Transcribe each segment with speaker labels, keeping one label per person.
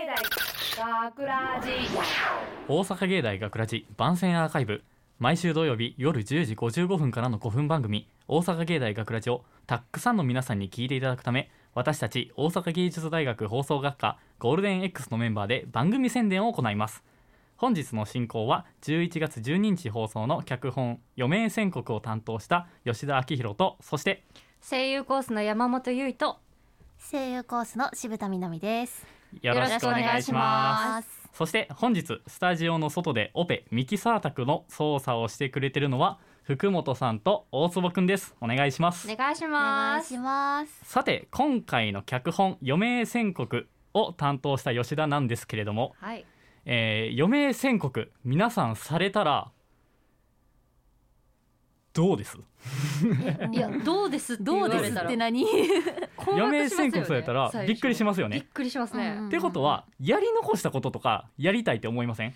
Speaker 1: 大学ラジ
Speaker 2: 大阪芸大学ラジ番宣アーカイブ毎週土曜日夜10時55分からの5分番組「大阪芸大学ラジをたっくさんの皆さんに聞いていただくため私たち大阪芸術大学放送学科ゴールデン X のメンバーで番組宣伝を行います本日の進行は11月12日放送の脚本「余命宣告」を担当した吉田明宏とそして
Speaker 3: 声優コースの山本優衣と
Speaker 4: 声優コースの渋田みなみです。
Speaker 2: よろしくお願いします
Speaker 4: あ
Speaker 2: そして本日スタジオの外でオペミキサー宅の操作をしてくれてるのは福本さんと大坪くんですお願いします
Speaker 3: お願いし
Speaker 4: お願
Speaker 3: ま
Speaker 4: い
Speaker 3: す
Speaker 4: します。
Speaker 2: さて今回の脚本余命宣告を担当した吉田なんですけれども、
Speaker 3: はい
Speaker 2: えー、余命宣告皆さんされたらどうです
Speaker 3: いやど うです
Speaker 4: どうですって何？
Speaker 2: 余命宣告されたらびっくりし
Speaker 3: ま
Speaker 2: ますよ
Speaker 3: すよねび
Speaker 2: ね
Speaker 3: っ。くりしますね、
Speaker 4: うん
Speaker 2: ってことはやり残したこととかやりたいって思いません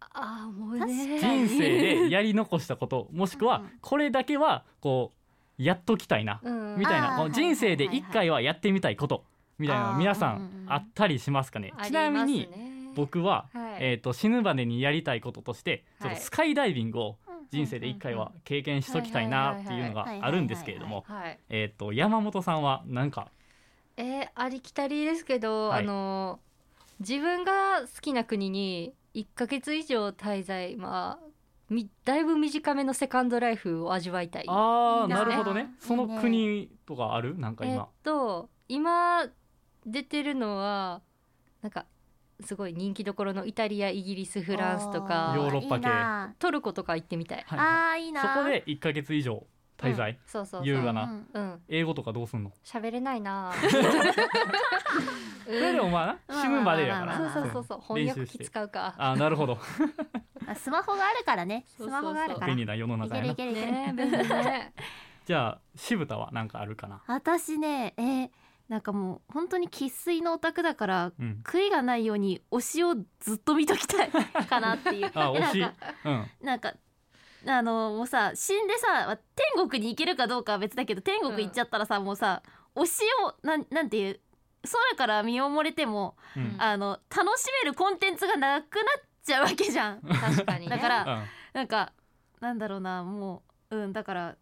Speaker 3: ああもう
Speaker 4: 確か
Speaker 3: ね
Speaker 2: 人生でやり残したこともしく
Speaker 4: う
Speaker 2: は
Speaker 4: んうん
Speaker 2: これだけはこうやっときたいな
Speaker 3: うん
Speaker 2: みたいな
Speaker 4: あー
Speaker 2: こう人生で一回はやってみたいことみたいなの皆さ
Speaker 4: あーうんうん
Speaker 2: ん
Speaker 4: うん
Speaker 2: あったりしますかねちなみに僕は、
Speaker 3: はい
Speaker 2: えー、と死ぬまでにやりたいこととしてちょっ
Speaker 3: はい
Speaker 2: とスカイダイビングを人生で一回は経験しときたいなっていうのが
Speaker 4: はいはいはいはい
Speaker 2: あるんですけれども、
Speaker 3: はい
Speaker 2: えー、と山本さんは何か
Speaker 3: えーありきたりですけど、
Speaker 2: はい
Speaker 3: あの自分が好きな国に1ヶ月以上滞在まあみだいぶ短めのセカンドライフを味わいたい
Speaker 2: あー
Speaker 4: いいです
Speaker 2: な
Speaker 3: ね
Speaker 2: るほどねその国とかあるなんか
Speaker 3: えー
Speaker 2: 今
Speaker 3: っ。と今出てるのはなんかすごい人気どころのイタリアイギリスフランスと
Speaker 4: あ
Speaker 3: か
Speaker 2: ヨーロッパ系
Speaker 4: いいな
Speaker 3: トルコとか行ってみたい、
Speaker 2: はいは
Speaker 4: あーいい
Speaker 2: い
Speaker 4: な。
Speaker 2: そこで1か月以上滞
Speaker 3: うん
Speaker 2: 在、
Speaker 3: そうそう
Speaker 2: 優雅
Speaker 3: そう
Speaker 2: だな
Speaker 4: うん
Speaker 3: うん
Speaker 2: 英語とかどうすんの
Speaker 3: 喋れない な
Speaker 2: それでもまあ
Speaker 4: まあま
Speaker 2: な
Speaker 4: あ
Speaker 2: 死ぬまでやから
Speaker 3: そう
Speaker 2: な
Speaker 3: そうそうそう翻訳機使うか
Speaker 2: あーなるほど
Speaker 4: あスマホがあるからね。ス
Speaker 3: そうそうそう
Speaker 4: マホがあるから。
Speaker 2: 便利な世の
Speaker 4: い
Speaker 2: 中
Speaker 4: け
Speaker 2: や
Speaker 4: る
Speaker 2: ない
Speaker 4: けるいける。
Speaker 3: ねえ便利ね
Speaker 2: じゃあ渋田は何かあるかな
Speaker 4: 私ね、えーなんかもう本当に生粋のオタクだから。
Speaker 2: うん
Speaker 4: 悔いがないように推しをずっと見ときたいかなっていう。
Speaker 2: あ
Speaker 4: え
Speaker 2: 推し
Speaker 4: なんか
Speaker 2: うん
Speaker 4: なんかあのもうさ死んでさ天国に行けるかどうかは別だけど天国行っちゃったらさ、もうさ推しをなんなんていう空から身を漏れても、
Speaker 2: うん
Speaker 4: あの楽しめるコンテンツがなくなっちゃうわけじゃん。
Speaker 3: 確かにね
Speaker 4: だから
Speaker 2: うん
Speaker 4: なんかなんだろうなもううんだから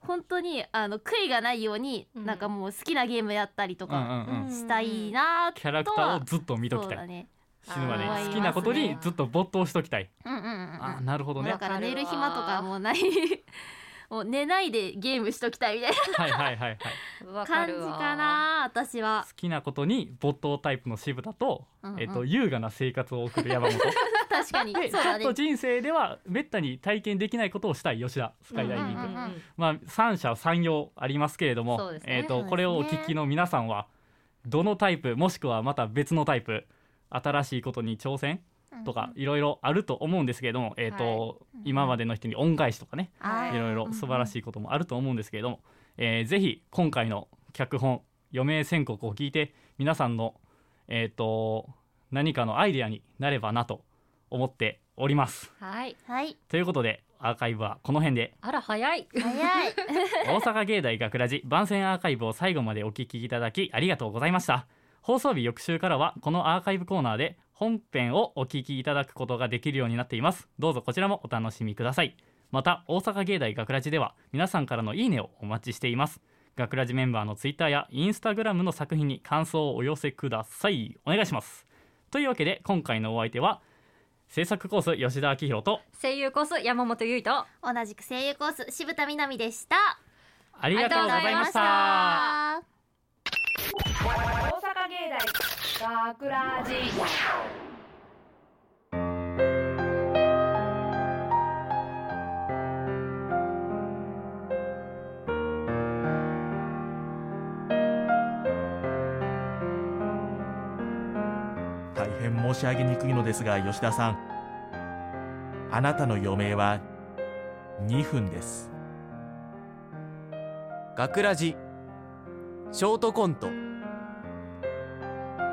Speaker 4: 本当にあの悔いがないように、
Speaker 3: うん
Speaker 4: なんかもう好きなゲームやったりと
Speaker 2: うんう
Speaker 4: か
Speaker 2: んうん
Speaker 4: したいな
Speaker 2: キャラクターをずっと見と
Speaker 4: そ
Speaker 2: き
Speaker 4: う
Speaker 2: た
Speaker 4: だ
Speaker 2: い
Speaker 4: ね。
Speaker 2: 死ぬまで
Speaker 4: あー
Speaker 2: 好きなことにずっと没頭しときたい
Speaker 4: うんうんうんうん。
Speaker 2: あーなるほどね
Speaker 4: だから寝る暇 とかもうないもう寝ないでゲームしときたいみたい
Speaker 2: はいはいはいはい
Speaker 4: な
Speaker 3: わか
Speaker 4: 感じ
Speaker 3: るわ
Speaker 4: かな私
Speaker 2: 好
Speaker 4: は、
Speaker 2: きなことに没頭タイプの渋田と
Speaker 4: うんうん
Speaker 2: えっと優雅な生活を送る 山本で
Speaker 4: 確かにそう
Speaker 2: ちょ
Speaker 4: だ
Speaker 2: っ
Speaker 4: ね
Speaker 2: と人生ではめったに体験できないことをしたい吉田スカイダイビン
Speaker 4: うん
Speaker 2: グ
Speaker 4: うんうん
Speaker 2: まあ、三者三様ありますけれど
Speaker 3: そ
Speaker 2: も、
Speaker 3: うですね
Speaker 2: えー、
Speaker 4: そう
Speaker 2: と
Speaker 4: ですね
Speaker 2: これをお聞きの皆さんはどのタイプもしくはまた別のタイプ新しいことに挑戦とかいろいろあると思うんですけれども、えーと
Speaker 4: い
Speaker 2: 今までの人に恩返しとかね
Speaker 4: あ
Speaker 2: い
Speaker 4: ー
Speaker 2: ろいろ素晴らしいこともあると思うんですけれども、えーぜひ今回の脚本「余命宣告」を聞いて皆さんの、えー、と何かのアイデアになればなと思っております。
Speaker 3: はい
Speaker 4: はい
Speaker 2: ということでアーカイブはこの辺で
Speaker 3: あら早い
Speaker 4: 早い
Speaker 2: 大阪芸大学ラジ番宣アーカイブを最後までお聞きいただきありがとうございました放送日翌週からはこのアーカイブコーナーで本編をお聞きいただくことができるようになっていますどうぞこちらもお楽しみくださいまた大阪芸大学ラジでは皆さんからのいいねをお待ちしています学ラジメンバーのツイッターやインスタグラムの作品に感想をお寄せくださいお願いしますというわけで今回のお相手は制作コース吉田明宏と
Speaker 3: 声優コース山本優衣と
Speaker 4: 同じく声優コース渋田みなみでした
Speaker 2: ありがとうございまし
Speaker 3: ありがとうござい
Speaker 2: た
Speaker 3: ました
Speaker 1: 大阪芸大学ラジ
Speaker 5: 大変申し上げにくいのですが吉田さんあなたの余命は2分です
Speaker 6: 学ラジショートコント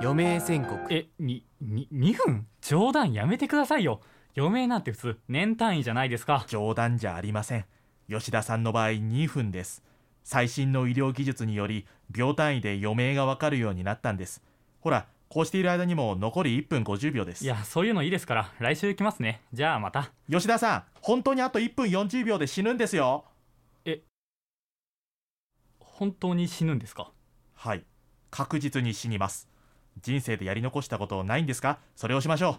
Speaker 6: 余命宣告
Speaker 2: えにに2分冗談やめてくださいよ余命なんて普通年単位じゃないですか
Speaker 5: 冗談じゃありません吉田さんの場合2分です最新の医療技術により秒単位で余命がわかるようになったんですほらこうしている間にも残り1分50秒です
Speaker 2: いやそういうのいいですから来週行きますねじゃあまた
Speaker 5: 吉田さん本当にあと1分40秒で死ぬんですよ
Speaker 2: 本当に死ぬんですか
Speaker 5: はい確実に死にます人生でやり残したことないんですかそれをしましょ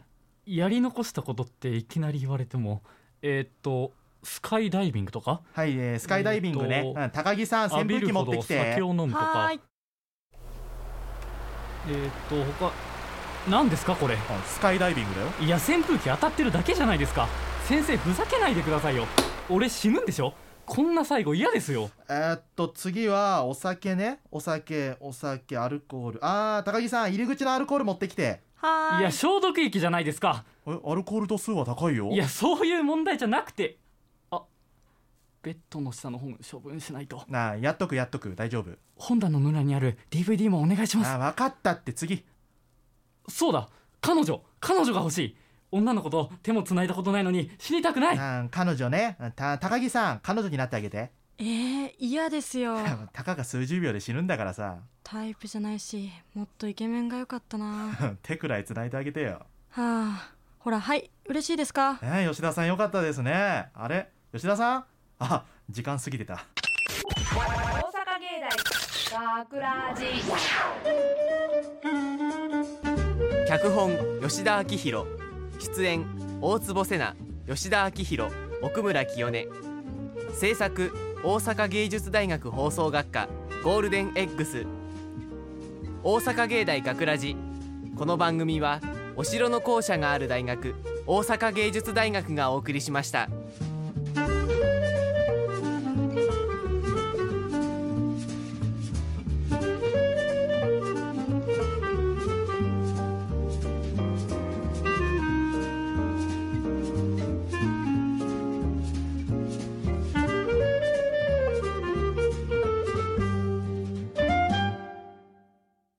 Speaker 5: う
Speaker 2: やり残したことっていきなり言われてもえーっとスカイダイビングとか
Speaker 5: はい、えースカイダイビングね
Speaker 2: え、ーと
Speaker 5: うん高木さん扇
Speaker 2: 浴び
Speaker 5: 風機
Speaker 2: るほ
Speaker 5: 持って
Speaker 2: ど
Speaker 5: きて
Speaker 2: 酒を飲むとかえーっと他何ですかこれ
Speaker 5: うんスカイダイビングだよ
Speaker 2: いや扇風機当たってるだけじゃないですか先生ふざけないでくださいよ俺死ぬんでしょこんな最後嫌ですよ
Speaker 5: えーっと次はお酒ねお酒お酒アルコールあー高木さん入り口のアルコール持ってきて
Speaker 4: はい
Speaker 2: や消毒液じゃないですか
Speaker 5: えアルコール度数は高いよ
Speaker 2: いやそういう問題じゃなくてあベッドの下の本処分しないと
Speaker 5: なあやっとくやっとく大丈夫
Speaker 2: 本棚の村にある DVD もお願いします
Speaker 5: あ分かったって次
Speaker 2: そうだ彼女彼女が欲しい女の子と手も繋いだことないのに死にたくない
Speaker 5: あー彼女ねた高木さん彼女になってあげて
Speaker 7: えー、嫌ですよ
Speaker 5: たかが数十秒で死ぬんだからさ
Speaker 7: タイプじゃないしもっとイケメンが良かったなは
Speaker 5: 手くらい繋いであげてよ
Speaker 7: あほらはい嬉しいですか
Speaker 5: えー吉田さんよかったですねあれ吉田さんあ時間過ぎてた
Speaker 1: 大阪芸大学ラジ
Speaker 6: 脚本吉田昭弘出演大坪瀬名吉田昭弘奥村清音制作大阪芸術大学放送学科ゴールデン X 大阪芸大学ラジこの番組はお城の校舎がある大学大阪芸術大学がお送りしました。